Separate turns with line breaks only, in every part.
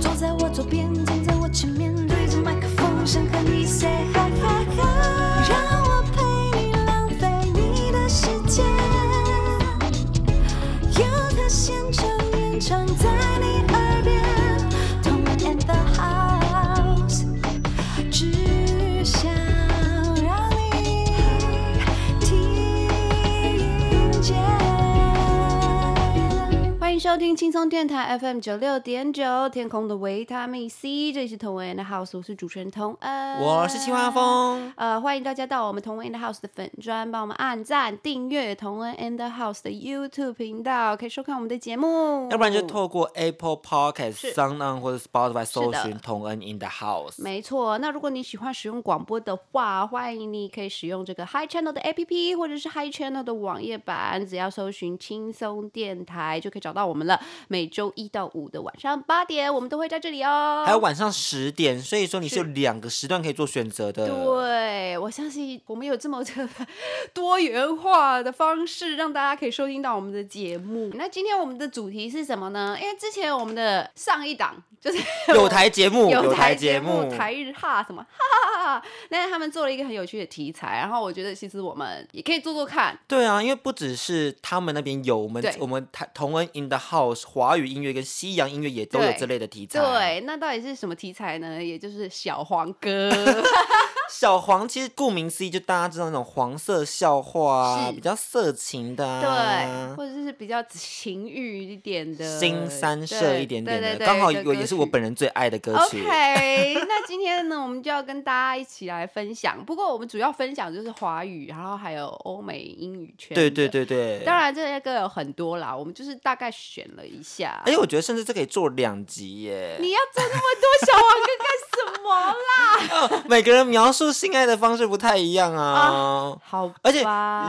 坐在我左边，站在我前面，对着麦克风，想和你 say hi hi hi，让我陪你浪费你的时间。有他现场演唱在你耳边，同安 and the house，只想让你听见。
欢迎收听轻松电台 FM 九六点九，天空的维他命 C，这里是同文 and house，我是主持人同恩，
我是青蛙。风，
呃，欢迎大家到我们同文 and house 的粉专，帮我们按赞、订阅同文 and house 的 YouTube 频道，可以收看我们的节目。
要不然就透过 Apple
哦
Podcast、
是
Sound On 或者 Spotify 搜
的
寻同恩 in the house。
没错，那如果你喜欢使用广播的话，欢迎你可以使用这个 Hi Channel 的 APP 或者是 Hi Channel 的网页版，只要搜寻“轻松电台”就可以找到我们了。每周一到五的晚上八点，我们都会在这里哦。
还有晚上十点，所以说你是有
是
两个时段可以做选择的。
对，我相信我们有这么这个多元化的方式，让大家可以收听到我们的节目。那今天我们的主题是什么呢？因为之前我们的上一档就是
有台节目，
有
台
台
节
目台日哈什么哈哈哈哈，但是他们做了一个很有趣的题材，然后我觉得其实我们也可以做做看。
对啊，因为不只是他们那边有，我们
对
我们台同恩 in the house 华语音乐跟西洋音乐也都有
对
这类的题材。，
对，那到底是什么题材呢？也就是小黄 歌，
小黄其实顾名思义，就大家知道那种黄色笑话啊，
是
比较色情的、
对，
啊。
或者是比较情欲一点的，
新三社一点
对
点
对
的，
对
刚好
的
我也
歌
是我
曲
本人最爱的歌曲。
OK，那今天呢，我们就要跟大家一起来分享。不过我们主要分享就是华语，然后还有欧美英语圈。
对对。对对，
当然，这些歌有很多啦，我们就是大概选了一下。
而且我觉得甚至这可以做两集耶，
你要做那么多小黄歌干什么啦？
每个人描述性爱的方式不太一样啊。
好吧，
而且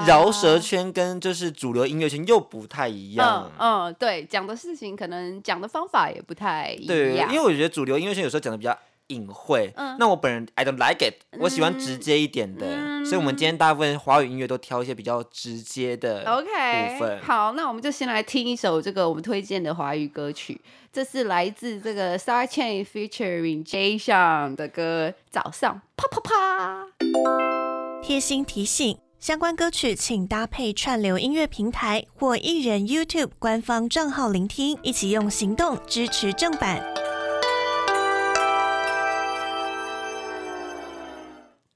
饶舌圈跟就是主流音乐圈又不太一样
嗯，嗯，对，讲的事情可能讲的方法也不太一
对，
样。
因为我觉得主流音乐圈有时候讲的比较隐晦，
嗯
那我本人 I don't like it，我喜欢直接一点的，
嗯
所以我们今天大部分华语音乐都挑一些比较直接的部
OK，
分。
好，那我们就先来听一首这个我们推荐的华语歌曲，这是来自这个 Star Chain featuring J a s o n 的歌《早上啪啪啪》。
贴心提醒：相关歌曲请搭配串流音乐平台或艺人 YouTube 官方账号聆听，一起用行动支持正版。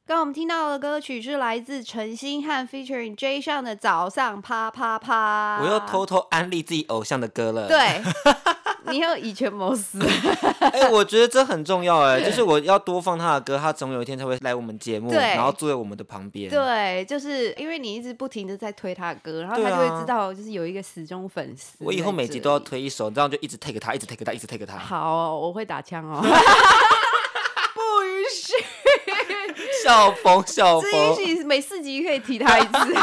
刚刚我们听到的歌曲是来自陈星汉 featuring J a s o n 的《早上啪啪啪》。
我又偷偷安利自己偶像的歌了。
对， 你又以权谋私。
哎、我觉得这很重要哎，就是我要多放他的歌，他总有一天才会来我们节目，
对
然后坐在我们的旁边。
对，就是因为你一直不停的在推他的歌，然后
对
他就会
啊
知道，就是有一个死忠粉丝。
我以后每集都要。推一首，这样就一直 take 他，一直 take 他，一直 take 他。
好哦、我会打枪 哦。不允许，
笑疯笑
这
疯，
允许每四集可以提他一 次，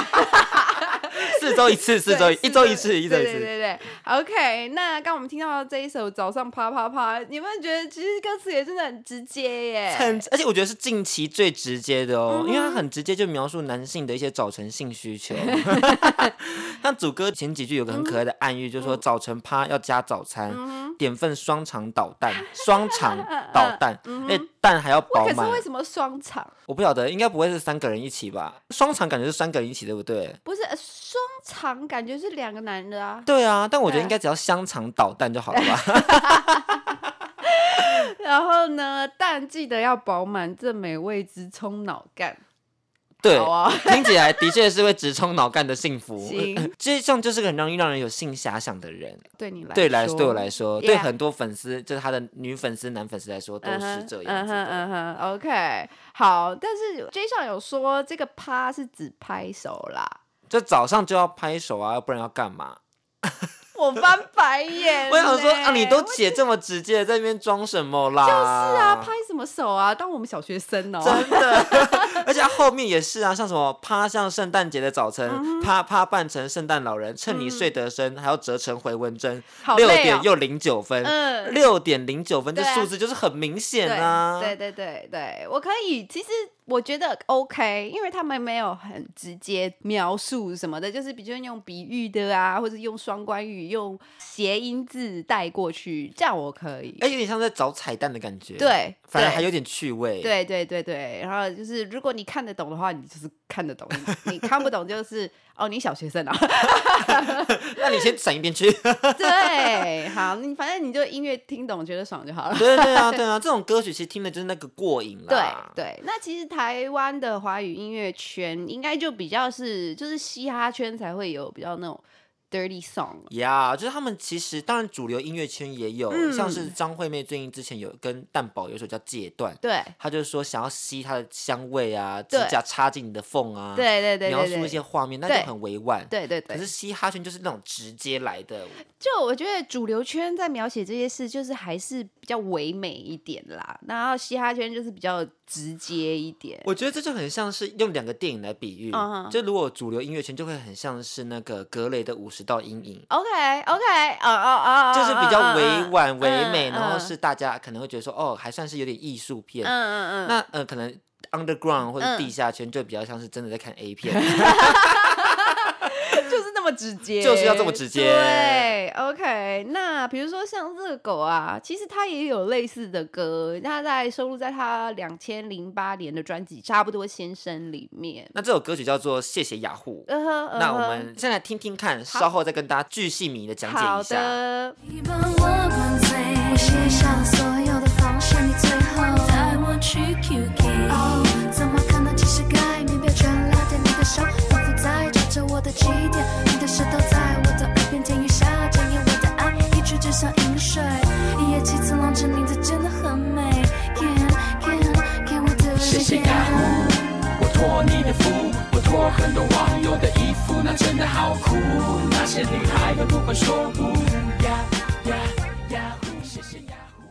四周一次，四周一，一周一次，一周
对
一
对
次。
对对，OK。那刚我们听到这一首《早上啪啪啪》，你有没有觉得其实歌词也真的很直接耶？
很，而且我觉得是近期最直接的
嗯
哦，因为他很直接就描述男性的一些早晨性 需求。像主歌前几句有个很可爱的暗喻，
嗯
就说早晨趴要加早餐，点份双肠导弹，双肠导弹，哎、蛋还要饱
嗯可
满
是。为什么双场？
我不晓得，应该不会是三个人一起吧？双场感觉是三个人一起，对不对？
不是呃双场，感觉是两个男的啊。
对啊，但我觉得
对
应该只要香肠导弹就好 了吧？
然后呢，但记得要饱满，这美味直冲脑干。
对，
好啊，
听起来的确是会直冲脑干的幸福
行。
这像就是个很容易让人有性遐想的人，
对你来，
对来对我来说，对
Yeah
很多粉丝，就是他的女粉丝、男粉丝来说都
嗯
是
哼
这样
嗯
子
哼
的。
嗯哼，OK，好。但是 J 上有说这个趴是指拍手啦，
就早上就要拍手啊，不然要干嘛？
我 翻白眼
我想说
嘞
啊，你都啊写这么直接，在那边装什么啦？
啊就是啊，拍什么手啊？当我们小学生哦。
真的，而而且它后面也是啊，像什么趴向圣诞节的早晨，
嗯
趴趴扮成圣诞老人，趁你睡得深，还要折成回纹针
好，
六
累哦
点又零九分，
嗯
六点零九分这
对啊
数字就是很明显啊。
对对对对对，我可以，其实我觉得 OK，因为他们没有很直接描述什么的，就是比较用比喻的啊，或者用双关语、用谐音字带过去，这样我可以。
哎，有点像在找彩蛋的感觉。
对
反而
对
还有点趣味。，
对对对对，然后就是如果你看得懂的话，你就是看得懂；你你 看不懂就是哦，你小学生啊。
那你先闪一边 去。
对，好，你反正你就音乐听懂，觉得爽就好 了。
对对啊，对啊，这种歌曲其实听的就是那个过瘾
对
啦。
对，那其实台湾的华语音乐圈应该就比较是，就是嘻哈圈才会有比较那种 dirty song。
呀就是他们其实当然主流音乐圈也有，
嗯
像是张惠妹最近之前有跟蛋宝有一首叫《戒断》，
对
她就是说想要吸她的香味啊，指
对
甲插进你的缝啊，
对对对
描
对
述一
对
些画面，那
对
就很委婉。
对对
可是
对，
嘻哈圈就是那种直接来的，
就我觉得主流圈在描写这些事，就是还是比较唯美一点啦，然后嘻哈圈就是比较直接一点。
我觉得这就很像是用两个电影来比喻。
嗯哼
就如果主流音乐圈就会很像是那个格雷的五十道阴影。
OK OK，哦哦哦，
就是比较委婉唯美，
嗯
然后
嗯
是大家可能会觉得说，哦，还算是有点艺术片。
嗯嗯嗯，
那呃，可能 underground 或者
嗯
地下圈就比较像是真的在看 A 片，
就是那么直接，
就是要这么直接
对，OK。那比如说像热狗啊，其实它也有类似的歌，它在收录在它两千零八年的专辑《差不多先生》里面。
那这首歌曲叫做《谢谢雅虎》。
呃呵，呃
那我
呵
们先来听听看，
好
稍后再跟大家巨细靡的讲解
好
一下。
的，
你把我灌醉，我卸下了所有的防晒，你最后带我去 QK。哦，怎么可能？其实该明白，全拉着你的手，仿佛在抓着我的起点。你的舌头在我的耳边甜语下展演，我的爱一直就像饮水，一夜七次浪着你的真的很美。Can can can 我的
谢谢雅虎，我托你的福，我托很多网友的衣服，那真的好酷。那些女孩们不管说不，呀呀呀呼，谢谢雅虎。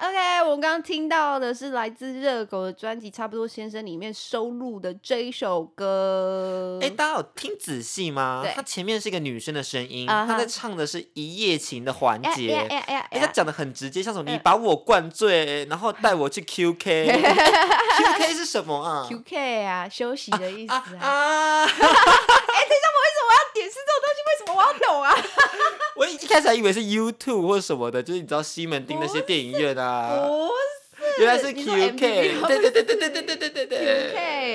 OK，我们刚刚听到的是来自热狗的专辑《差不多先生》里面收录的这一首歌。
哎，大家有听仔细吗
对？
它前面是一个女生的声音，
啊哈
她在唱的是一夜情的环
呀
节。
呀呀呀
哎，
呀
他讲的很直接，像什么你
嗯
把我灌醉，然后 带我去 QK，QK 是什么啊
QK 啊，休息的意思
啊
啊。
啊！
哎解释这种东西为什么我要懂啊？
我一开始还以为是 YouTube 或什么的，就是你知道西门町那些电影院啊，
不
原来是
你说 MV
QK，
吗
对对对对对对对对对
哦
对。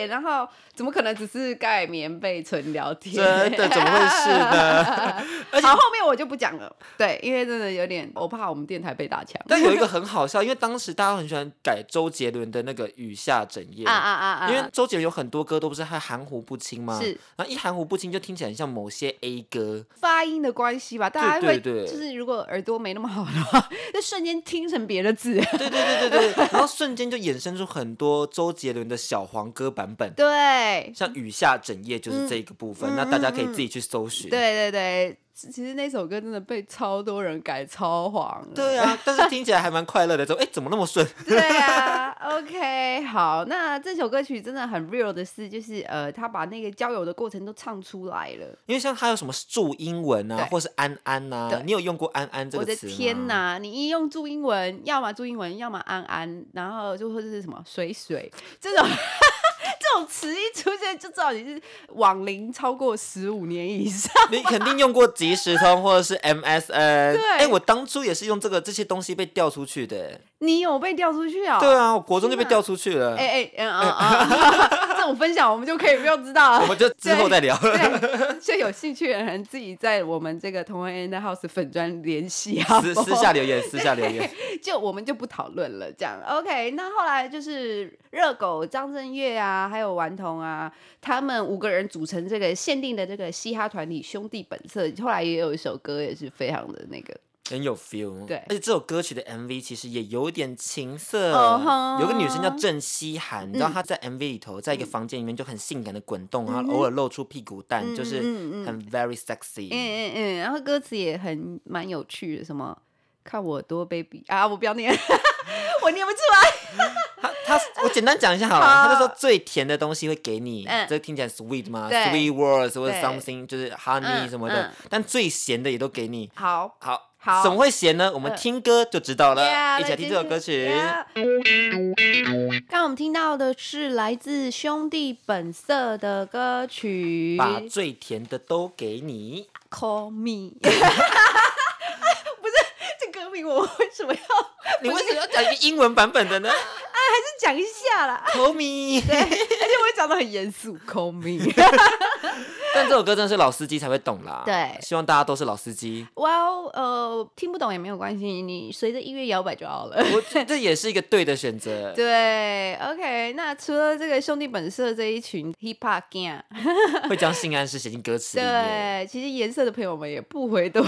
QK，然后怎么可能只是盖棉被纯聊天？
真的怎么会 是呢？而且
好，后面我就不讲了。对，因为真的有点，我怕我们电台被打枪。
但有一 个很好笑，因为当时大家很喜欢改周杰伦的那个《雨下整夜》
啊啊啊啊！
因为周杰伦有很多歌都不是还含糊不清吗？
是，
然后一含糊不清就听起来很像某些 A 歌。
发音的关系吧，大家会
对对对
就是如果耳朵没那么好的话，就瞬间听成别的 字。
对对对对对，然后瞬间就衍生出很多周杰伦的小黄歌版本，
对
像《雨下整夜》就是这一个部分，
嗯
那大家可以自己去搜寻。
对啊对对，其其实那首歌真的被超多人改超黄。
对啊，但是听起来还蛮快乐的。说，哎，怎么那么 顺？
对啊，OK，好，那这首歌曲真的很 real 的事，就是呃，他把那个交友的过程都唱出来了。
因为像还有什么注英文啊
对，
或是安安呐、
对
你有用过安安这
我
个
的
词吗？
天呐！你一用注英文，要么注英文，要么安安，然后就或者是什么水水这种 这种词一出现，就知道你是网龄超过十五年以上。
你肯定用过即时通或者是 MSN。对哎，我当初也是用这个这些东西被调出去的、哎
你有被调出去啊、
对啊，我国中就被
天哪
调出去了。
哎哎嗯嗯嗯，这 种分享我们就可以不用知道
我
了。
们就之后再 聊。
对，所以有兴趣的人自己在我们这个同恩 and house 粉专联系啊，
私私下留言，私下留言。
就我们就不讨论了，这样 OK。那后来就是热狗、张震岳啊，还有顽童啊，他们五个人组成这个限定的这个嘻哈团体兄弟本色，后来也有一首歌也是非常的那个，
很有 feel，
对
而且这首歌曲的 MV 其实也有点情色
哦吼嗯
有个女生叫郑希涵，你知道她在 MV 里头，在一个房间里面就很性感的滚动，然后偶尔露出屁股蛋，就是
嗯嗯嗯
很 very sexy。
嗯嗯嗯，然后歌词也很蛮有 趣的，什么看我多 baby 啊，我不要念，我念不出来。
他 他我简单讲一下好了，
好
他就说最甜的东西会给你
嗯，
这听起来 sweet 嘛
对
，sweet words 或者
对
something 就是
嗯
honey 什么的
嗯，
但最咸的也都给你。
好。
好，
好
怎么会咸呢？我们
嗯
听歌就知道了
Yeah，，
一起来听这首歌曲。
来听听 Yeah 刚刚我们听到的是来自兄弟本色的歌曲
把
《
最甜的都给你。
Call Me》。不是这歌名，我为什么要
你为什么要讲一个英文版本 的呢
讲一下啦？
？Call me。
而且我会讲的很严肃，Call Me。
但这首歌真的是老司机才会懂啦。
对
希望大家都是老司机。
Well，呃，听不懂也没有关系，你随着音乐摇摆就好了。
我觉得这也是一个 对的选择。
对，OK。那除了这个兄弟本色这一群 hip hop gang，
会将性暗示写进歌词里面。
对，其实颜色的朋友们也不为多。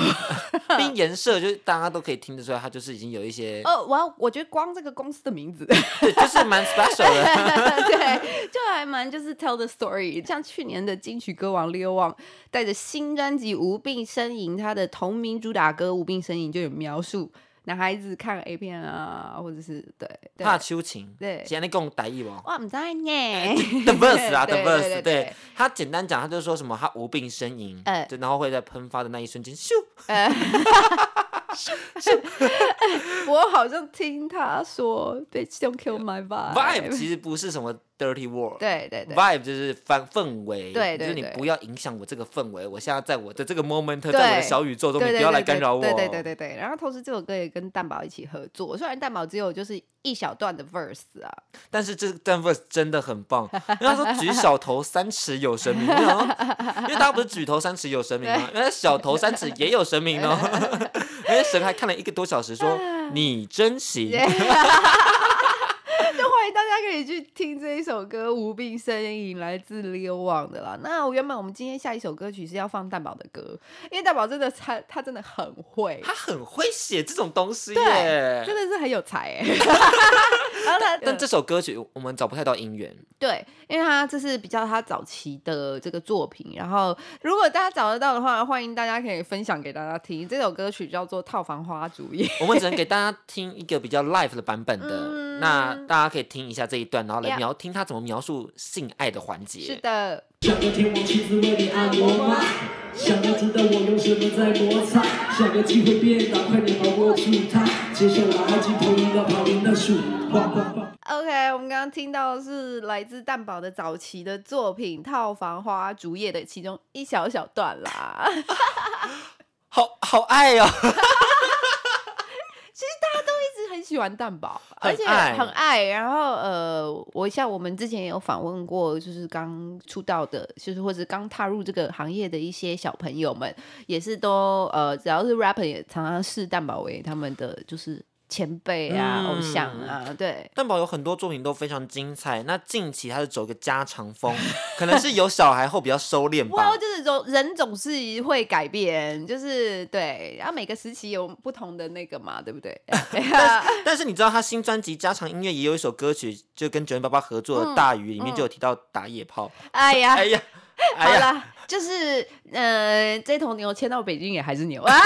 毕竟颜色就是大家都可以听得出来，它就是已经有一些，
呃，我我觉得光这个公司的名 字，
对，就是蛮 special 的。
对，就还蛮就是 tell the story。像去年的金曲歌王 Leo Wang 带着新专辑《无病呻吟》，他的同名主打歌《无病呻吟》就有描述男孩子看 A 片啊，或者是对 对
怕秋情，
对
现在共打一王。
哇，唔知呢
The verse 啊，The
对
verse，
对对
对
对
他简单讲，他就说什么他无病呻吟
哎，
就然后会在喷发的那一瞬间，咻，
呃，我好像听他说对 don't kill my
vibe 其实不是什么 dirty word，
呃 对对对
vibe 就是氛氛围，
对对
就是你
对
不要影响我这个氛围。我现在在我的这个 moment，在
对
我的小宇宙中，你
对
不
对
要
对
来
对
干扰我。
对对对对对。然后同时这首歌也跟蛋宝一起合作，虽然蛋宝只有就是一小段的 verse 啊，
但是这 d a n v e r 真的很棒，因为他说举小头三尺有神明，我想说因为大家不是举头三尺有神明吗？原来小头三尺也有神明 哦。因为神还看了一个多小时说，你真行。
就欢迎大家可以去听这一首歌《无病呻吟》，来自 Leo Wang 的啦。那我原本我们今天下一首歌曲是要放蛋宝的歌，因为蛋宝真的他他真的很会，
他很会写这种东西
对，真
耶。
的是很有才哎、 然后他
但这首歌曲我们找不太到音源，
对，因为他这是比较他早期的这个作品，然后如果大家找得到的话，欢迎大家可以分享给大家听。这首歌曲叫做《套房花烛夜》，
我们只能给大家听一个比较 live 的版本的。
嗯
那大家可以听一下这一段，然后来
Yeah
描听他怎么描述性爱的环节。
是的，
想要天王妻子为你按摩吗？想要知道我用什么在摩擦？想要机会变大，快点把握住它。接下来镜头引导跑赢那数吧。
OK，我们刚刚听到的是来自蛋宝的早期的作品《套房花烛夜》的其中一小小段啦。 其实
好好爱哦，
大家都一直很喜欢蛋宝，
很
而且
爱
很爱。然后呃，我像我们之前也有访问过，就是刚出道的，就是或者刚踏入这个行业的一些小朋友们，也是都呃，只要是 rapper 也常常视蛋宝为他们的就是前辈啊、
嗯
偶像啊，对。
蛋宝有很多作品都非常精彩。那近期他是走个家常风，可能是有小孩后比较收敛吧
哇，。就是总人总是会改变，就是对，然后每个时期有不同的那个嘛，对不 对？ 哎
但是你知道他新专辑《家常音乐》也有一首歌曲，就跟九零八八合作
嗯
的《大鱼》，里面就有提到打野炮。
哎呀，
哎呀，
好
哎呀，
啦，就是呃，这头牛迁到北京也还 是牛啊！
哎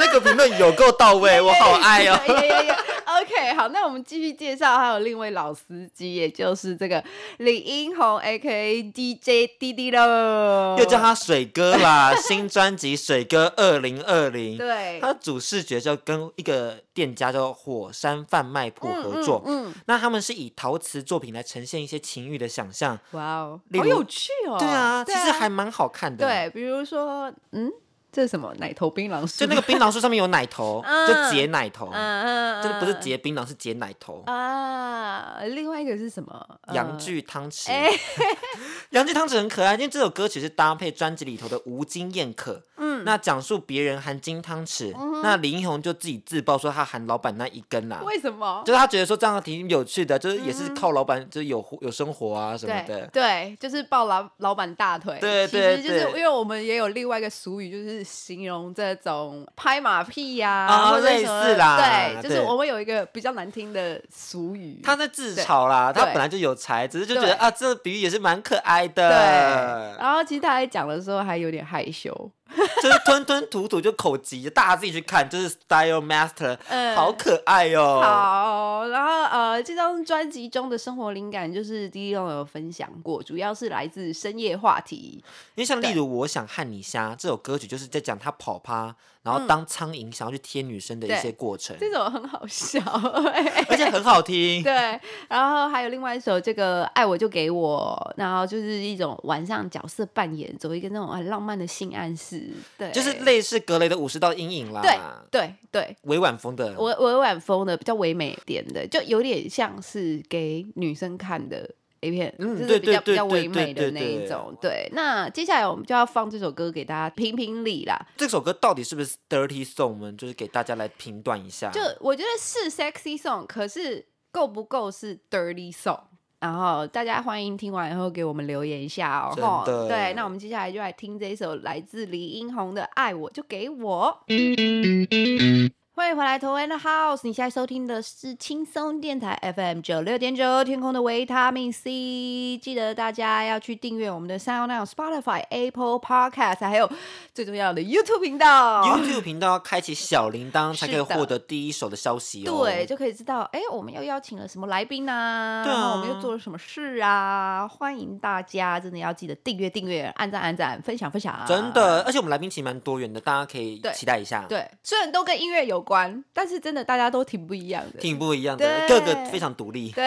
这个评论有够到位，我好爱哦。
哎呀呀呀 OK，好，那我们继续介绍，还有另一位老司机，也就是这个李英宏 A.K.A. DJ 滴滴喽，
又叫他水哥啦，新专辑《水哥二零二零》。
对，
他的主视觉就跟一个店家叫火山贩卖铺合作，
嗯，嗯
那他们是以陶瓷作品来呈现一些情欲的想象，
哇哦，
例
好
如
有趣哦！
对啊，其实还蛮好看的。，
对，比如说，嗯，这是什么奶头槟榔树？
就 那个槟榔树上面有奶头，就
嗯
结奶头，
嗯，嗯
就是不是
嗯
结槟榔，是结奶头。
啊？另外一个是什么？呃
洋具汤匙
哎，
洋具汤匙很可爱，因为这首歌曲是搭配专辑里头的《无精验可》，嗯，那讲述别人含金汤匙，那林英红就自己自曝说她含老板那一根啦，
嗯为什么？嗯
就是她觉得说这样挺有趣的，就是也是靠老板就是有活有生活啊什么
对
的，
对，就是抱老老板大腿。
对
其
对
实就是
对
因为我们也有另外一个俗语，就是形容这种拍马屁呀、
啊
或者
类
什么
似啦
对，就是
对
我们有一个比较难听的俗语。
她在自嘲啦，
对
她本来就有才，只是就觉
对
得啊，这个比喻也是蛮可爱
对，
的。
然后其实他在讲的时候还有点害羞，
就是吞吞吐吐就口急，大家自己去看，就是 Style Master，、
嗯
好可爱哦。
好，然后呃，这张专辑中的生活灵感就是第一种有分享过，主要是来自深夜话题。
因为像例
对
如《我想和你瞎》这首歌曲，就是在讲他跑趴，然后当苍蝇想要去贴女生的一些
嗯对
过程，
这种很好笑，哎
而且很好 听。
对，然后还有另外一首这个“爱我就给我”，然后就是一种晚上角色扮演，走一个那种很浪漫的性暗示，对，
就是类啊似格雷的五十道阴影啦，
对对对，
委婉风的。
委委婉风的，比较唯美一点的，就有点像是给女生看的 A 片，
嗯
就是
对
比较
对
比较
对
唯
对
美的
对
那
对
一种。对，那接下来我们就要放这首歌给大家评评理啦。
这首歌到底是不是 Dirty Song？我们就是给大家来评断一下。
就我觉得是 sexy song，可是够不够是 dirty song？然后大家欢迎听完以后给我们留言一下哦。
真
吼
的
对，那我们接下来就来听这一首来自李英宏的《爱我就给我》。欢迎回来，同恩的 House。你现在收听的是轻松电台 FM 九六点九，天空的维他命 C。记得大家要去订阅我们的 Sound On、Spotify、Apple Podcast，还有最重要的 YouTube 频道。
YouTube 频道要开启小铃铛，才可以
哦是的
获得第一手的消息哦。
对，就可以知道，哎，我们又邀请了什么来宾呐、
对啊
然后我们又做了什么事啊？欢迎大家真的要记得订阅、订阅、按赞、按赞、分享、分享，
真的，。而且我们来宾其实蛮多元的，大家可以
啊对
期待一下。，
对，虽然都跟音乐有关，但是真的大家都挺不一样的。
挺不一样的，
对
各个非常独立。
对，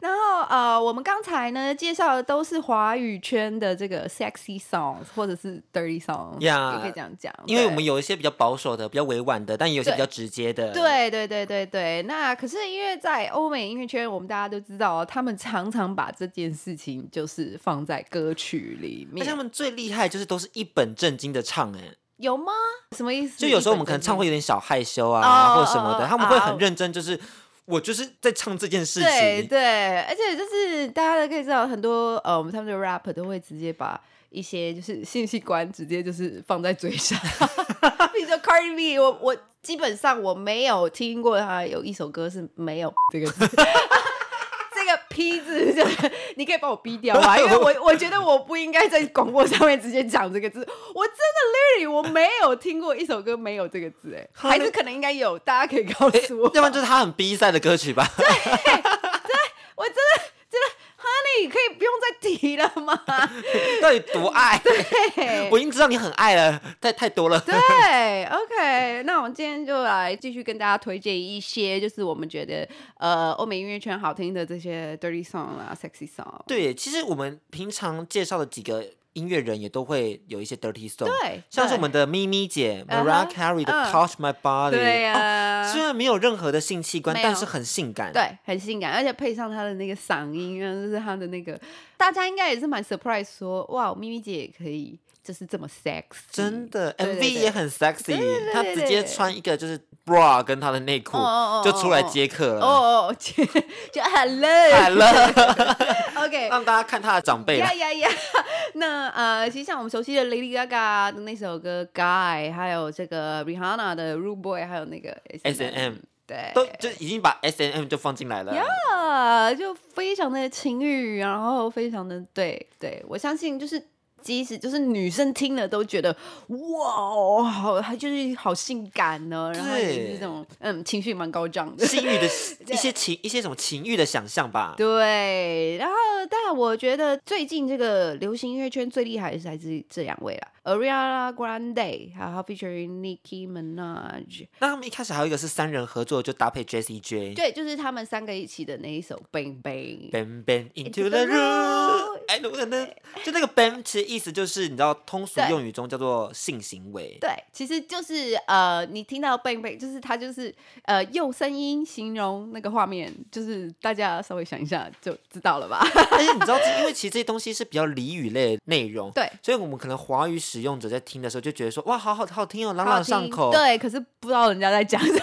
然后呃，我们刚才呢介绍的都是华语圈的这个 sexy songs 或者是 dirty songs，
呀
也可以这样讲，
因为
对
我们有一些比较保守的、比较委婉的，但也有一些
对
比较直接的。，
对对对对对，那可是因为在欧美音乐圈，我们大家都知道哦，他们常常把这件事情就是放在歌曲里
而
面
且他，们最厉害就是都是一本正经的唱， 哎，
有吗？什么意思？
就有时候我们可能唱会有点小害羞啊，
哦
或什么的，
哦
他们会很
哦
认真，就是我就是在唱这件事
对
情。
对，而且就是大家都可以知道，很多呃，我们他们的 rapper 都会直接把一些就是性器官直接就是放在嘴上， 比如说 Cardi B，我我基本上我没有听过他有一首歌是没有这个字。这个 P 字，就是你可以帮我逼掉吗？因为我我觉得我不应该在广播上面直接讲这个字。我真的 literally 我没有听过一首歌没有这个字、哎，还是可能应该有，大家可以告
诶
诉我。
要不然就是他很逼赛的歌曲吧。
我真的真的，Honey，可以不用再提了吗？
到底多爱？
嘿
我已经知道你很爱了，太太多了。
对，OK，那我们今天就来继续跟大家推荐一些，就是我们觉得呃欧美音乐圈好听的这些 dirty song 啊、sexy song。
对，其实我们平常介绍的几个音乐人也都会有一些 dirty song，
对
像是
对
我们的咪咪姐
嗯哼
Mariah Carey 的
嗯
Touch My Body，
对呀、
哦虽然没有任何的性器官，
没有
但是很性感。
对，很性感，而且配上她的那个嗓音，然后就是她的那个，大家应该也是蛮 surprise 说，哇，咪咪姐也可以就是这么 sex，
真的
对对
，MV 也很 sexy，
对
她
对
直接
对
穿一个就是 bra 跟她的内裤
哦哦哦
就出来接客
哦
了，
哦，哦 就就很累
快乐，
，OK，
让大家看她的长辈了
呀。呀呀！ 那呃，其实像我们熟悉的 Lady Gaga 的那首歌《Guy》，还有这个 Rihanna 的《Rude Boy》，还有那个
S&M
对，
都就已经把 S N M 就放进来了。
啊，就非常的情欲，然后非常的对对，我相信就是。即使就是女生听了都觉得哇哦，好，她就是好性感呢、然后也是这种嗯情绪蛮高涨的，
性欲的一些情一些什么情欲的想象吧。
对，然后但我觉得最近这个流行音乐圈最厉害的是还是这两位啦，Ariana Grande，还有 featuring Nicki Minaj，
那他们一开始还有一个是三人合作，就搭配 J C J。
对，就是他们三个一起的那一首 Bang Bang。
Bam bam into
Into the
the room，
room
哎，等等等，就那个 bam，其实意思就是你知道通俗
对
用语中叫做性行为，
对，其实就是呃，你听到 bang bang，就是它就是呃用声音形容那个画面，就是大家稍微想一下就知道了吧？
而且你知道，因为其实这些东西是比较俚语类的内容，
对，
所以我们可能华语使用者在听的时候就觉得说，哇，好好好听哦，朗
好
朗上
听
口，，
对，可是不知道人家在讲什么。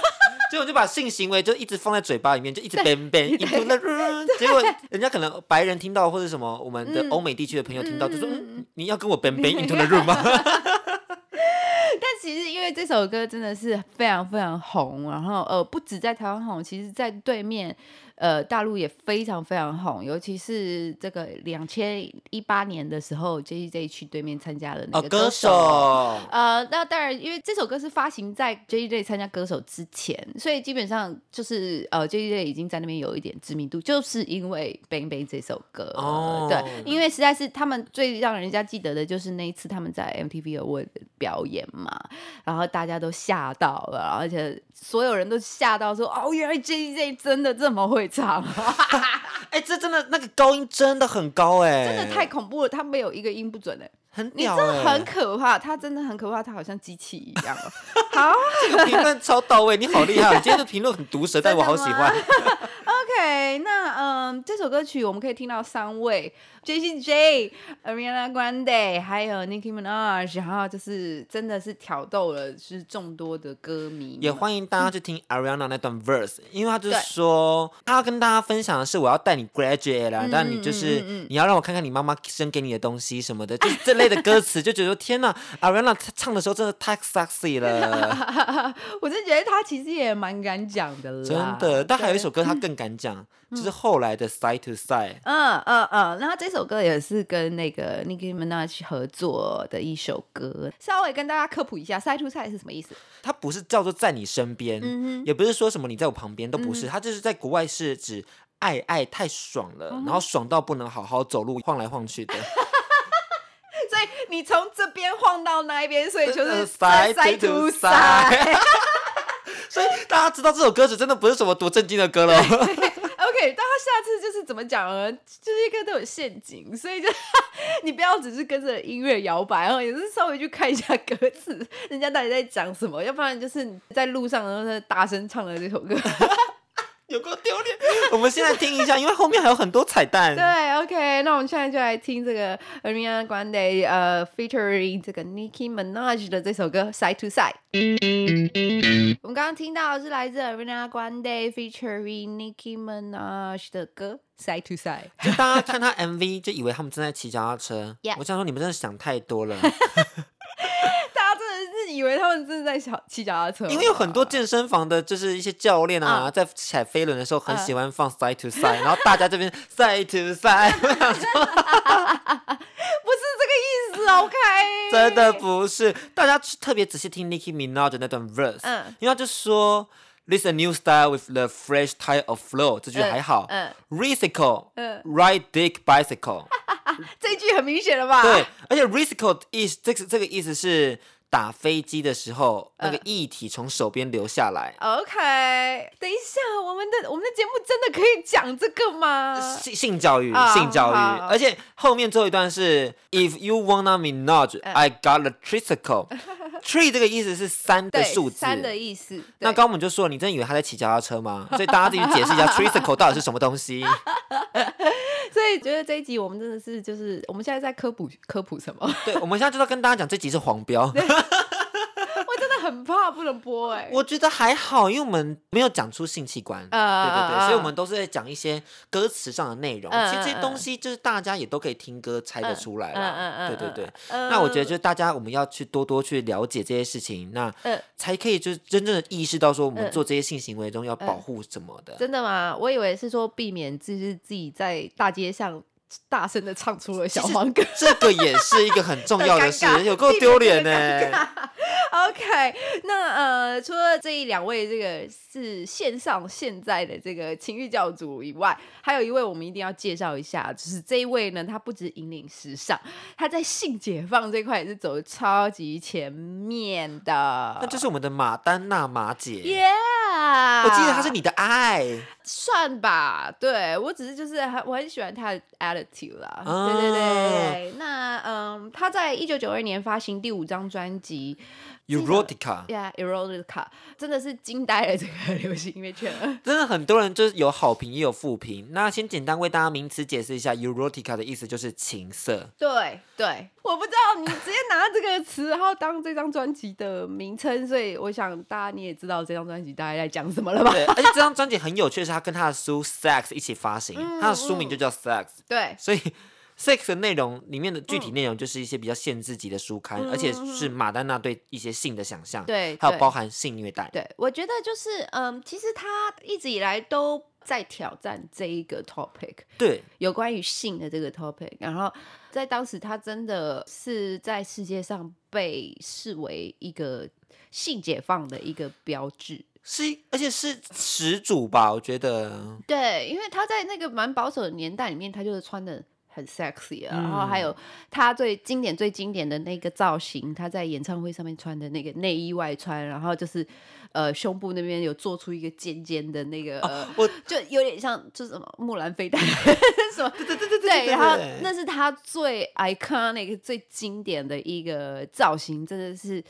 结果就把性行为就一直放在嘴巴里面，就一直 bang bang into the room，结果人家可能白人听到或者什么我们的
嗯
欧美地区的朋友听到就说，
嗯嗯
嗯你要跟我 bang bang into the room 吗？
但其实因为这首歌真的是非常非常红，然后呃，不止在台湾红，其实在对面呃，大陆也非常非常红，尤其是这个两千一八年的时候，J J J 去对面参加了那
哦，
个
歌
手。
手，
呃，那当然，因为这首歌是发行在 J J 参加歌手之前，所以基本上就是呃 J J 已经在那边有一点知名度，就是因为《Bang Bang》这首歌。
哦
对，因为实在是他们最让人家记得的就是那一次他们在 MTV 的问表演嘛，然后大家都吓到了，而且所有人都吓到说：“哦，原来 J J 真的这么会唱。”
哎、这真的那个高音真的很高哎、
真的太恐怖了，他没有一个音不准哎、
很
你真
屌
的
哎、
很可怕，他真的很可怕，他好像机器一样哦。好
这 个评论超到位，你好厉害！你今天的评论很毒舌，但我好喜欢。
，OK，那嗯，这首歌曲我们可以听到三位 J C J、Ariana Grande，还有 Nicki Minaj，然后就是真的是挑逗了，就是众多的歌迷
也
们
欢迎大家去听 Ariana 那段 verse，因为她就是
对
说，她要跟大家分享的是，我要带你 graduate 啦，但你就是、
嗯嗯
你要让我看看你妈妈生给你的东西什么的，就是这类的歌词，就觉得天呐 a r i a n a 她唱的时候真的太 sexy 了，
我真觉得他其实也蛮敢讲的
真
啦，
的。但还有一
对
首歌她更敢 讲，就是后来的 side to side。
嗯嗯嗯，然后这首歌也是跟那个 Nicki Minaj 合作的一首歌，稍微跟大家科普一下，side to side 是什么意思？
它不是叫做在你身边，
嗯
也不是说什么你在我旁边，都不是。它就是在国外是指爱爱太爽了，
哦
然后爽到不能好好走路，晃来晃 去的。
所以你从这边晃到那一边，所以就是
Side
side to
to side
side。
所以大家知道这首歌词真的不是什么多震惊的歌喽。
OK，但他下次就是怎么讲呢？就是歌都有陷阱，所以就 你不要只是跟着音乐摇摆，然后也是稍微去看一下歌词，人家到底在讲什么，要不然就是你在路上然后在大声唱了这首歌。
有够丢脸！我们现在听一下，因为后面还有很多彩 蛋。
对，OK，那我们现在就来听这个 Ariana Grande 呃 featuring 这个 Nicki Minaj 的这首歌《Side to Side》。我们刚刚听到的是来自 Ariana Grande featuring Nicki Minaj 的歌《Side to Side》。
就大家看他 MV 就以为他们正在骑脚踏车
Yeah
我想说你们真的想太多了，
大家真的是以为他们真的在小骑脚踏车，
因为有很多健身房的，就是一些教练啊，在踩飞轮的时候很
嗯
喜欢放 side to side，、然后大家这边 side to side，我 想说
不是这个意思，OK？啊
真的不是，大家去特别仔细听 Nicki Minaj 的那段 verse，、
嗯
因为他就说 This a new style with the fresh type of flow，这句
嗯
还好，
嗯
r i s i c o
嗯
ride dick bicycle，
这一句很明显了吧？
对，而且 r i s i c o 意思这个这个意思是打飞机的时候、那个
嗯
液体从手边流下来。
，OK。等一下，我们的我们的节目真的可以讲这个吗？
性性教育，
呃啊
性教育，
好好
而且后面最后一段是 If you wanna me not,
呃
I got a tricycle。Tree 这个意思是三的
对，
数字，
三的意思。
那
对
刚刚我们就说，你真的以为他在骑脚踏 车吗？所以大家自己解释一下 tricycle 到底是什么东西。
所以觉得这一集我们真的是就是我们现在在科普科普什么？ 我
对，我们现在就要跟大家讲，这集是黄标。
真的很怕不能播哎、
我觉得还好，因为我们没有讲出性器官，对对对，
啊
所以我们都是在讲一些歌词上的内容。
嗯
其实这些
嗯
东西就是大家也都可以听歌猜得出来啦。
嗯嗯
对
嗯
对对。
嗯
那我觉得就是大家我们要去多多去了解这些事情，那
嗯
才可以就是真正的意识到说我们
嗯
做这些性行为中要保护什么的。
真的吗？我以为是说避免就是自己在大街上大声的唱出了小黄歌。
这个也是一个很重要 的事
尴尬，
有够丢脸 呢。
OK，那呃，除了这一两位这个是线上现在的这个情欲教主以外，还有一位我们一定要介绍一下，就是这一位呢，他不止引领时尚，他在性解放这块也是走的超级前面的。
那就是我们的马丹娜马姐。
Yeah，
我记得她是你 的爱，
算吧，对我只是就是很我很喜欢他的 attitude 啦，
啊
对对对。那嗯，他在一九九二年发行第五张专辑
Erotica，
Yeah, Erotica 真的是惊呆了这个流行音乐圈了。
真的很多人就是有好评也有负评。那先简单为大家名词解释一下，Erotica 的意思就是情色。
对对，我不知道你直接拿这个词，然后当这张专辑的名称，所以我想大家你也知道这张专辑大概在讲什么了吧？
对，而且这张专辑很有趣，是她跟她的书《Sex》一起发行，
嗯
她的书名就叫《Sex》，
对
所以。sex 的内容里面的具
嗯
体内容就是一些比较限制级的书刊，而且是马丹娜对一些性的想象，
对
还有
对
包含性虐待，
对，我觉得就是嗯，其实他一直以来都再挑战这一个 topic，
对，
有关于性的这个 topic。然后在当时，他真的是在世界上被视为一个性解放的一个标志。
是，而且是始祖吧，我觉得。
对，因为他在那个蛮保守的年代里面，他就是穿的很 sexy 啊，然后
嗯
还有他最经典、最经典的那个造型，他在演唱会上面穿的那个内衣外穿，然后就是呃胸部那边有做出一个尖尖的那个，呃、
哦我嗯
就有点像就是什么木兰飞弹 什么，对对对对
对对
然后
对
那是他最 iconic、最经典的一个造型，真的是。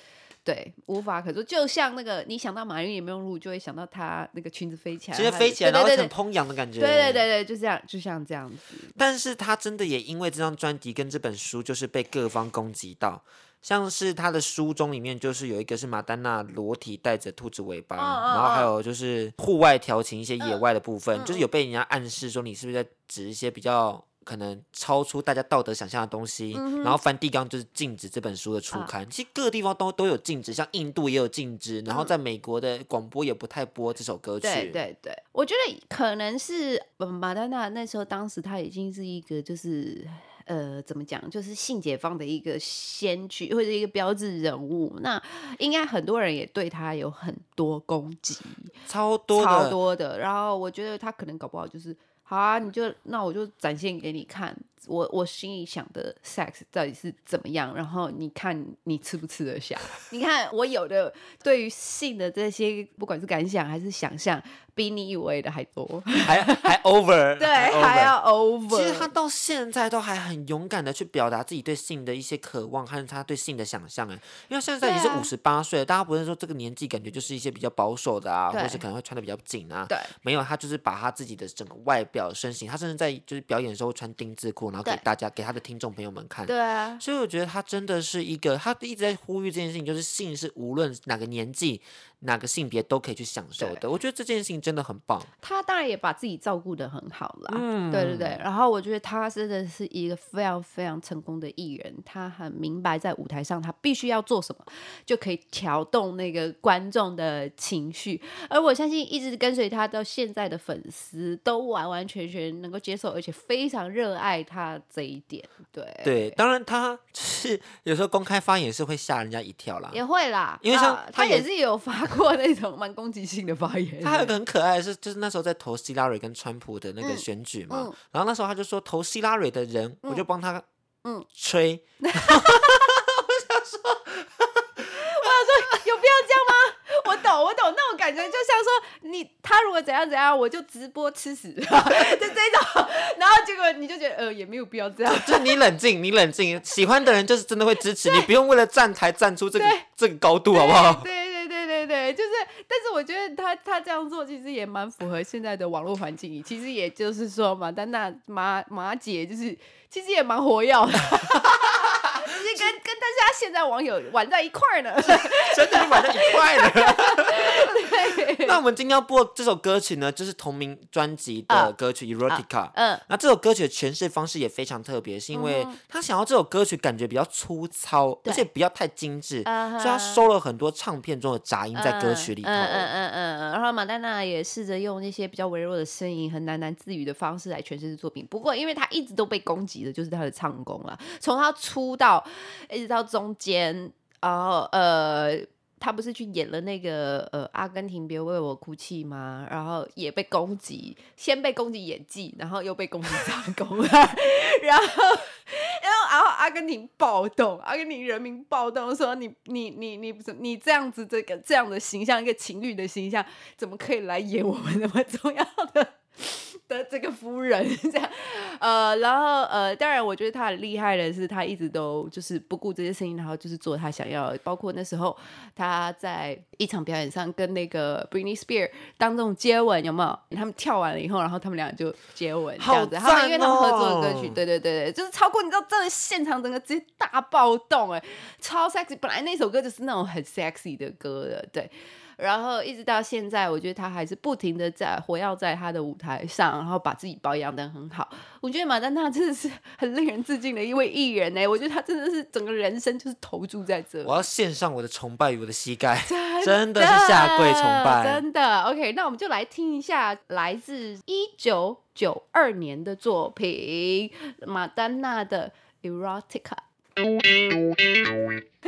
对，无法可说。就像那个，你想到马云也没有路，就会想到他那个裙子飞起来，
直接
他
飞起来，然后
对对
很
对
烹羊的感觉。
对对对对，就这样，就像这样子。
但是他真的也因为这张专辑跟这本书，就是被各方攻击到。像是他的书中里面，就是有一个是马丹娜裸体带着兔子尾巴，
嗯嗯
然后还有就是户外调情一些野外的部分，就是有被人家暗示说你是不是在指一些比较可能超出大家道德想象的东西。
嗯
然后梵蒂冈就是禁止这本书的出刊，其实各个地方都都有禁止，像印度也有禁止，然后在美国的广播也不太播这首歌曲。
嗯对对对，我觉得可能是呃马丹娜那时候，当时她已经是一个就是呃怎么讲，就是性解放的一个先驱或者一个标志人物。那应该很多人也对她有很多攻击，
超多的
超多的。然后我觉得她可能搞不好就是。好啊，你就那我就展现给你看，我我心里想的 sex 到底是怎么样，然后你看你吃不吃得下。你看我有的对于性的这些，不管是感想还是想象，比你以为的还多。
还还 over，
对，
over
还要 over。
其实他到现在都还很勇敢的去表达自己对性的一些渴望和他对性的想象，哎，因为现在已经
对啊
五十八岁了，大家不是说这个年纪感觉就是一些比较保守的啊，
对
或是可能会穿的比较紧啊，
对
没有，他就是把他自己的整个外表、身形，他甚至在就是表演的时候穿丁字裤，然后给
对
大家给他的听众朋友们看。
对啊，
所以我觉得他真的是一个，他一直在呼吁这件事情，就是性是无论哪个年纪、哪个性别都可以去享受的。我觉得这件事情真的很棒。
他当然也把自己照顾的很好啦。
嗯
对对对，然后我觉得他真的是一个非常非常成功的艺人，他很明白在舞台上他必须要做什么，就可以调动那个观众的情绪。而我相信一直跟随他到现在的粉丝都完完全全能够接受，而且非常热爱他这一点。对
对，当然他就是有时候公开发言是会吓人家一跳啦。
也会啦，
因为像
啊
他
他也
也
是有发过那种蛮攻击性的发言的，
他还有一个很可爱的是，就是那时候在投希拉蕊跟川普的那个
嗯
选举嘛，
嗯
然后那时候他就说投希拉蕊的人，我就帮他
嗯
吹，
有必要这样吗？我懂，我懂，那种感觉就像说你他如果怎样怎样，我就直播吃屎，就这种，然后结果你就觉得呃也没有必要这样。
就是你冷静，你冷静，喜欢的人就是真的会支持你，不用为了站台站出这个这个高度，好不好？
对对对对对，就是，但是我觉得他他这样做其实也蛮符合现在的网络环境，其实也就是说嘛，丹娜马马姐就是其实也蛮活跃的，就是跟跟大家现在网友玩在一块儿呢。
真的，你买到一 块了。那我们今天要播这首歌曲呢，就是同名专辑的
啊
歌曲《Erotica》。
嗯，
那这首歌曲的诠释方式也非常特别，是因为他想要这首歌曲感觉比较粗糙，而
对
且不要太精致，
啊
所以
哈
他收了很多唱片中的杂音在歌曲里头。
嗯嗯嗯嗯嗯。然后马丹娜也试着用那些比较微弱的声音和喃喃自语的方式来诠释这作品。不过，因为她一直都被攻击的就是她的唱功啦，从她出道一直到中间，然后呃。她不是去演了那个呃阿根廷别为我哭泣吗？然后也被攻击，先被攻击演技，然后又被攻击唱功， 然后然后然后阿根廷暴动，阿根廷人民暴动说你你你你你这样子这个这样的形象，一个情侣的形象，怎么可以来演我们那么重要的的这个夫人？ 这样，呃，然后呃，当然我觉得他很厉害的是，他一直都就是不顾这些事情，然后就是做他想要的，包括那时候他在一场表演上跟那个 Britney Spears 当众接吻，有没有？他们跳完了以后，然后他们俩就接吻，这样子，
好
他们因为他们合
赞
作的歌曲
哦，
对对对对，就是超过你知道，真的现场整个直接欸大暴动哎、超 sexy。本来那首歌就是那种很 sexy 的歌的，对。然后一直到现在，我觉得他还是不停的在活跃在他的舞台上，然后把自己保养的很好。我觉得马丹娜真的是 很令人致敬的一位艺人呢、欸我觉得他真的是整个人生就是投注在这里。
我要献上我的崇拜与我的膝盖，真的是下跪崇拜。
真的。OK，那我们就来听一下来自一九九二年的作品马丹娜的《Erotica》。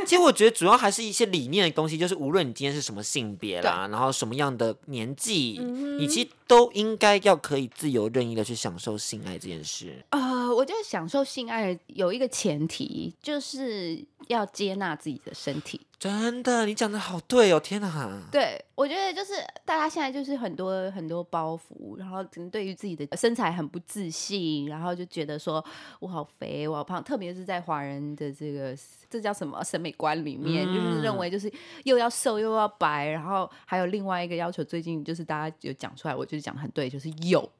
其实我觉得主要还是一些理念的东西，就是无论你今天是什么性别啦，然后什么样的年
嗯
纪，你其实都应该要可以自由任意的去享受性爱这件事。
呃，我觉得享受性爱有一个前提，就是要接纳自己的身体。
真的，你讲的好对哦，天哪！
对，我觉得就是大家现在就是很多很多包袱，然后可能对于自己的身材很不自信，然后就觉得说我好肥，我好胖，特别是在华人的这个这叫什么审美观里面，就是认为就是又要瘦又要白，然后还有另外一个要求，最近就是大家有讲出来，我就是讲的很对，就是幼。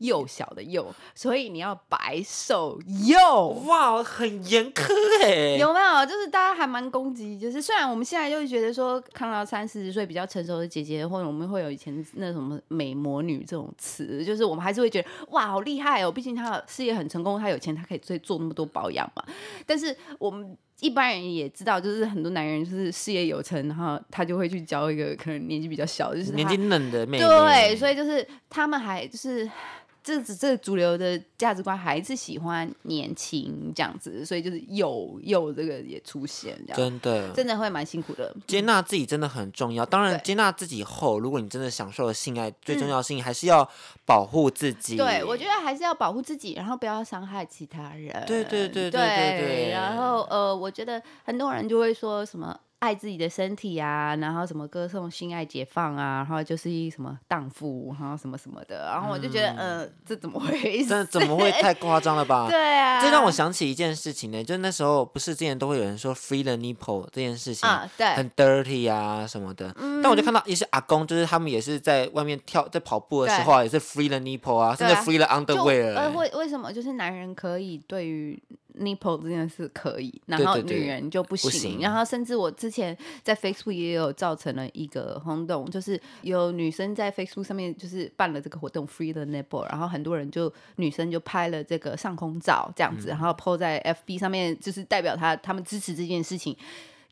幼小的幼，所以你要白瘦幼，
哇，很严苛哎。
有没有？就是大家还蛮攻击，就是虽然我们现在就会觉得说，看到三四十岁比较成熟的姐姐，或者我们会有以前那什么美魔女这种词，就是我们还是会觉得哇，好厉害哦！毕竟她事业很成功，她有钱，她可以做做那么多保养嘛。但是我们一般人也知道，就是很多男人就是事业有成，然后他就会去交一个可能年纪比较小，就是他
年纪嫩的妹妹，
对，所以就是他们还就是。 这只这主流的价值观还是喜欢年轻这样子，所以就是有有这个也出现这样，
真的
真的会蛮辛苦的。
接纳自己真的很重要。当然
对，
接纳自己后，如果你真的享受了性爱，最重要的事情还是要保护自己。
对，我觉得还是要保护自己，然后不要伤害其他人。
对对
对
对对对对
然后呃，我觉得很多人就会说什么爱自己的身体啊，然后什么歌颂性爱解放啊，然后就是一什么荡妇，然后什么什么的，然后我就觉得、呃，这怎么回
真
事？
的嗯怎么会太夸张了吧？
对啊，
这让我想起一件事情呢，就是那时候不是之前都会有人说 free the nipple 这件事情，
啊对嗯
很 dirty 啊什么的。但我就看到也是阿公，就是他们也是在外面跳，在跑步的时候啊，也是 free the nipple 啊，甚
对
至
啊
free the
就
underwear
呃，
欸。
为为什么就是男人可以对于 nipple 这件事可以，然
对
后
对对
女人就不行？
行
然后甚至我之前在 Facebook 也有造成了一个轰动，就是有女生在 Facebook 上面就是办了这个活动 Free the nipple，然后很多人就女生就拍了这个上空照这样
嗯
子，然后 PO 在 FB 上面，就是代表她他们支持这件事情。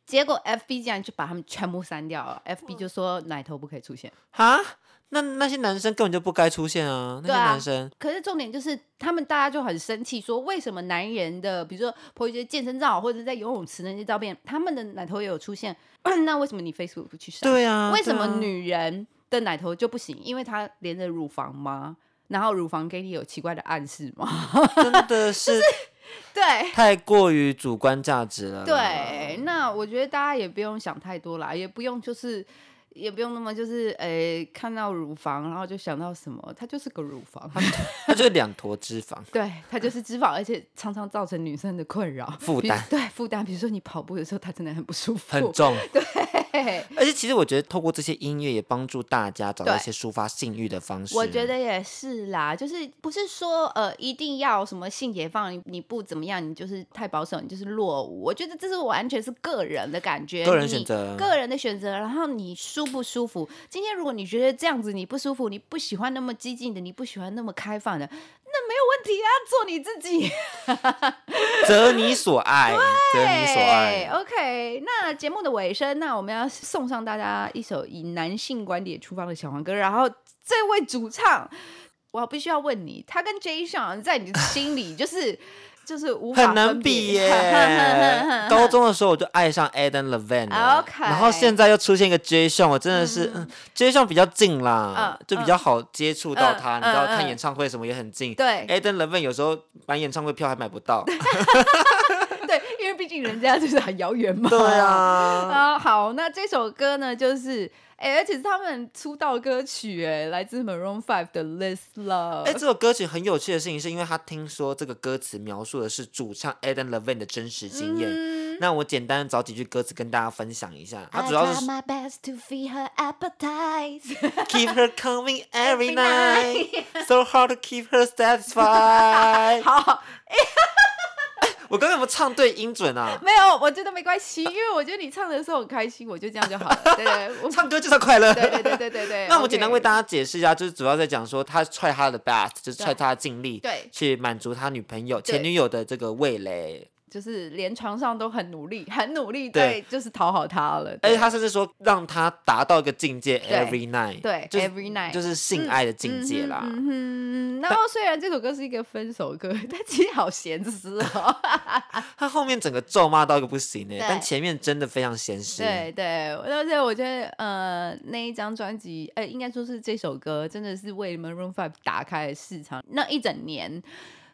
结果 FB 竟然就把他们全部删掉了，FB 就说奶头不可以出现。
哈，那那些男生根本就不该出现啊，那些
对啊
男生。
可是重点就是，他们大家就很生气，说为什么男人的，比如说 po 一些健身照或者在游泳池的那些照片，他们的奶头也有出现， 那为什么你 Facebook 不去删？
对啊，
为什
对啊
么女人的奶头就不行？因为它连着乳房吗？然后乳房给你有奇怪的暗示吗？
真的是
对。
太过于主观价值了？嗯
对，，那我觉得大家也不用想太多啦，也不用就是。也不用那么就是诶、看到乳房然后就想到什么，它就是个乳房，
它就是两坨脂肪。
对，它就是脂肪，而且常常造成女生的困扰、
负
比如
担
对负担，比如说你跑步的时候，它真的很不舒服。
很重，
对，
而且其实我觉得透过这些音乐也帮助大家找到一
对
些抒发性欲的方式。
我觉得也是啦，就是不是说呃一定要什么性解放，你你不怎么样，你就是太保守，你就是落伍。我觉得这是完全是个人的感觉，
个人
你
选择
个人的选择。然后你舒不舒服？今天如果你觉得这样子你不舒服，你不喜欢那么激进的，你不喜欢那么开放的，那没有问题啊，做你自己。
择你所爱，择
对
你所爱。
OK，那节目的尾声，那我们要送上大家一首以男性观点出发的小黄歌。然后这位主唱，我必须要问你，他跟 J 上在你的心里 就是就是无法
很难
分别
比 耶！高中的时候我就爱上 Adam Levine，了
OK
然后现在又出现一个 J s o n 我真的是 J s o n 比较近啦
嗯，
就比较好接触到他。
嗯
你知道
嗯嗯
看演唱会什么也很近。
对啊
，Adam Levine 有时候买演唱会票还买不 到。
对，因为毕竟人家就是很遥远嘛。
对。啊，
啊，好，那这首歌呢，就是哎、而且是他们出道歌曲哎，来自 Maroon Five 的《This Love》。
哎，这首歌曲很有趣的事情，是因为他听说这个歌词描述的是主唱 Adam Levine 的真实经验。
嗯
那我简单找几句歌词跟大家分享一下，它
I
主要
try
是
my best to feed her appetite。
Keep her coming
Every
every night, so hard to keep her satisfied。
好，
我刚刚有没有唱对音准啊？
没有，我觉得没关 系，因为我觉得你唱的时候很开心，我就这样就好了。对对，我
唱歌就是要快 乐。
对对对对对对。
那我简单为
OK
大家解释一下，就是主要在讲说他踹他的 best，就是踹
对
他的尽力，
对
去满足他女朋友
对
前女友的这个味蕾。
就是连床上都很努力，很努力
对
对，就是讨好他了。
而且
对
他甚至说让他达到一个境界
对
，every night，
对
就是
every night
就是性爱的境界啦。
嗯哼嗯哼，然后虽然这首歌是一个分手歌， 但其实好咸湿哦。
他后面整个咒骂到一个不行哎、
对
但前面真的非常闲适。
对对，但是我觉得呃那一张专辑，呃应该说是这首歌真的是为 Maroon Five 打开了市场，那一整年。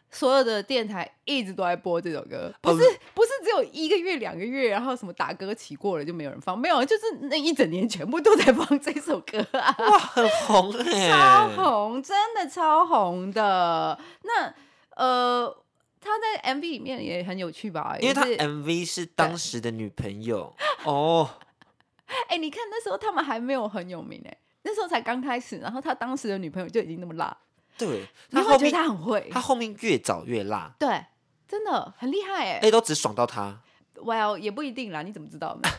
所有的电台一直都在播这首歌，不是、
哦
不是只有一个月两个月，然后什么打歌起过了就没有人放，没有，啊就是那一整年全部都在放这首歌啊。
哇，很红哎、
超红，真的超红的。那呃，他在 MV 里面也很有趣吧？
因为他
也是
MV 是当时的女朋友哦，
哎、你看那时候他们还没有很有名哎、那时候才刚开始，然后他当时的女朋友就已经那么辣，
对，
你
他
会觉
后
得
面
他很会，
他后面越早越辣，
对，真的很厉害哎、
哎、都只爽到他，
well，也不一定啦，你怎么知道 呢？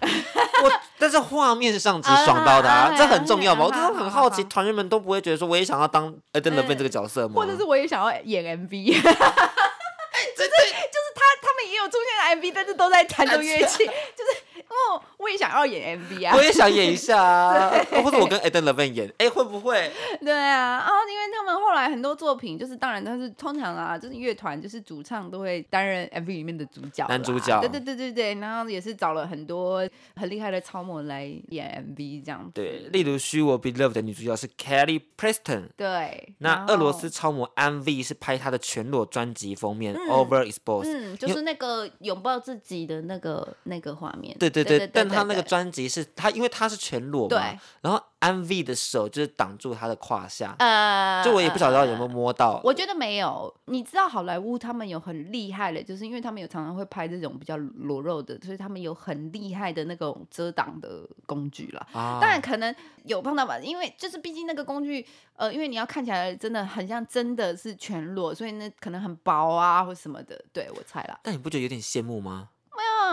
我但是画面上只爽到
啊
他，
啊
这很重要吧？
啊
我真的很好奇，
啊啊
团员们都不会觉得说我也想要当 e d e n l e v i n 这个角色吗？
或者是我也想要演 MV，就是就是
哎
他他们也有出现在 MV，但是都在弹奏乐 器，就是哦，我也想要演 MV 啊
我。也想演一下 啊，或者我跟 e d e n l e v i n 演，哎、会不会？
对啊，啊，因为他们后来很多作品，就是当然，但是通常啊，就是乐团就是主唱都会担任 MV 里面的主角啦，
男主角
对对对对对，然后也是找了很多很厉害的超模来演 MV 这样子。
对，例如《虚我 Beloved》的女主角是 Kelly Preston。
对，
那
然
俄罗
后
斯超模 MV 是拍她的全裸专辑封面《Over Exposed》，
嗯，就
因为
是那个拥抱自己的那个那个画面。
对对
对
对，但她那个
对
专辑是她，因为她是全裸嘛
对，
然后 MV 的手就是挡住她的胯下，
呃，
就我也不晓得有没有
呃。
摸到。
我觉得没有，你知道好莱坞他们有很厉害的，就是因为他们有常常会拍这种比较裸露的，所以他们有很厉害的那种遮挡的工具啦。
啊
当然可能有碰到吧，因为就是毕竟那个工具，呃，因为你要看起来真的很像真的是全裸，所以那可能很薄啊或什么的，对我猜啦。
但你不觉得有点羡慕吗？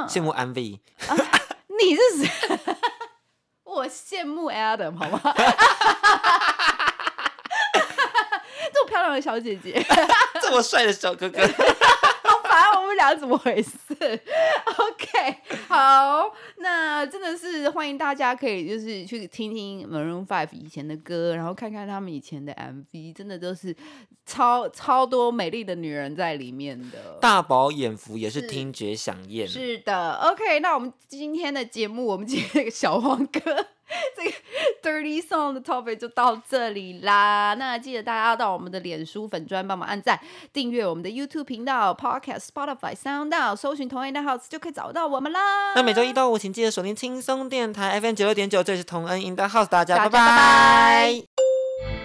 羡慕 MV，
你是谁？ 我羡慕 Adam 好吗？ 这么漂亮的小姐姐，
这么帅的小 哥哥，
好烦，啊我们俩怎么回事？OK，好，那真的是欢迎大家可以就是去听听 Maroon Five 以前的歌，然后看看他们以前的 MV，真的都是超超多美丽的女人在里面的。
大饱眼福也是
是
听觉响应。
是的，OK，那我们今天的节目，我们今天这个小黄歌， 这个 Dirty Song 的 topic 就到这里啦。那记得大家到我们的脸书粉专帮忙按赞、订阅我们的 YouTube 频道、Podcast、Spotify、Sound On，搜寻同 A 的 House 就可以找到我们啦。
那每周一到五，请记得锁定轻松电台 FM 九六点九，这里是同恩 in the house，大家
大家
拜
拜拜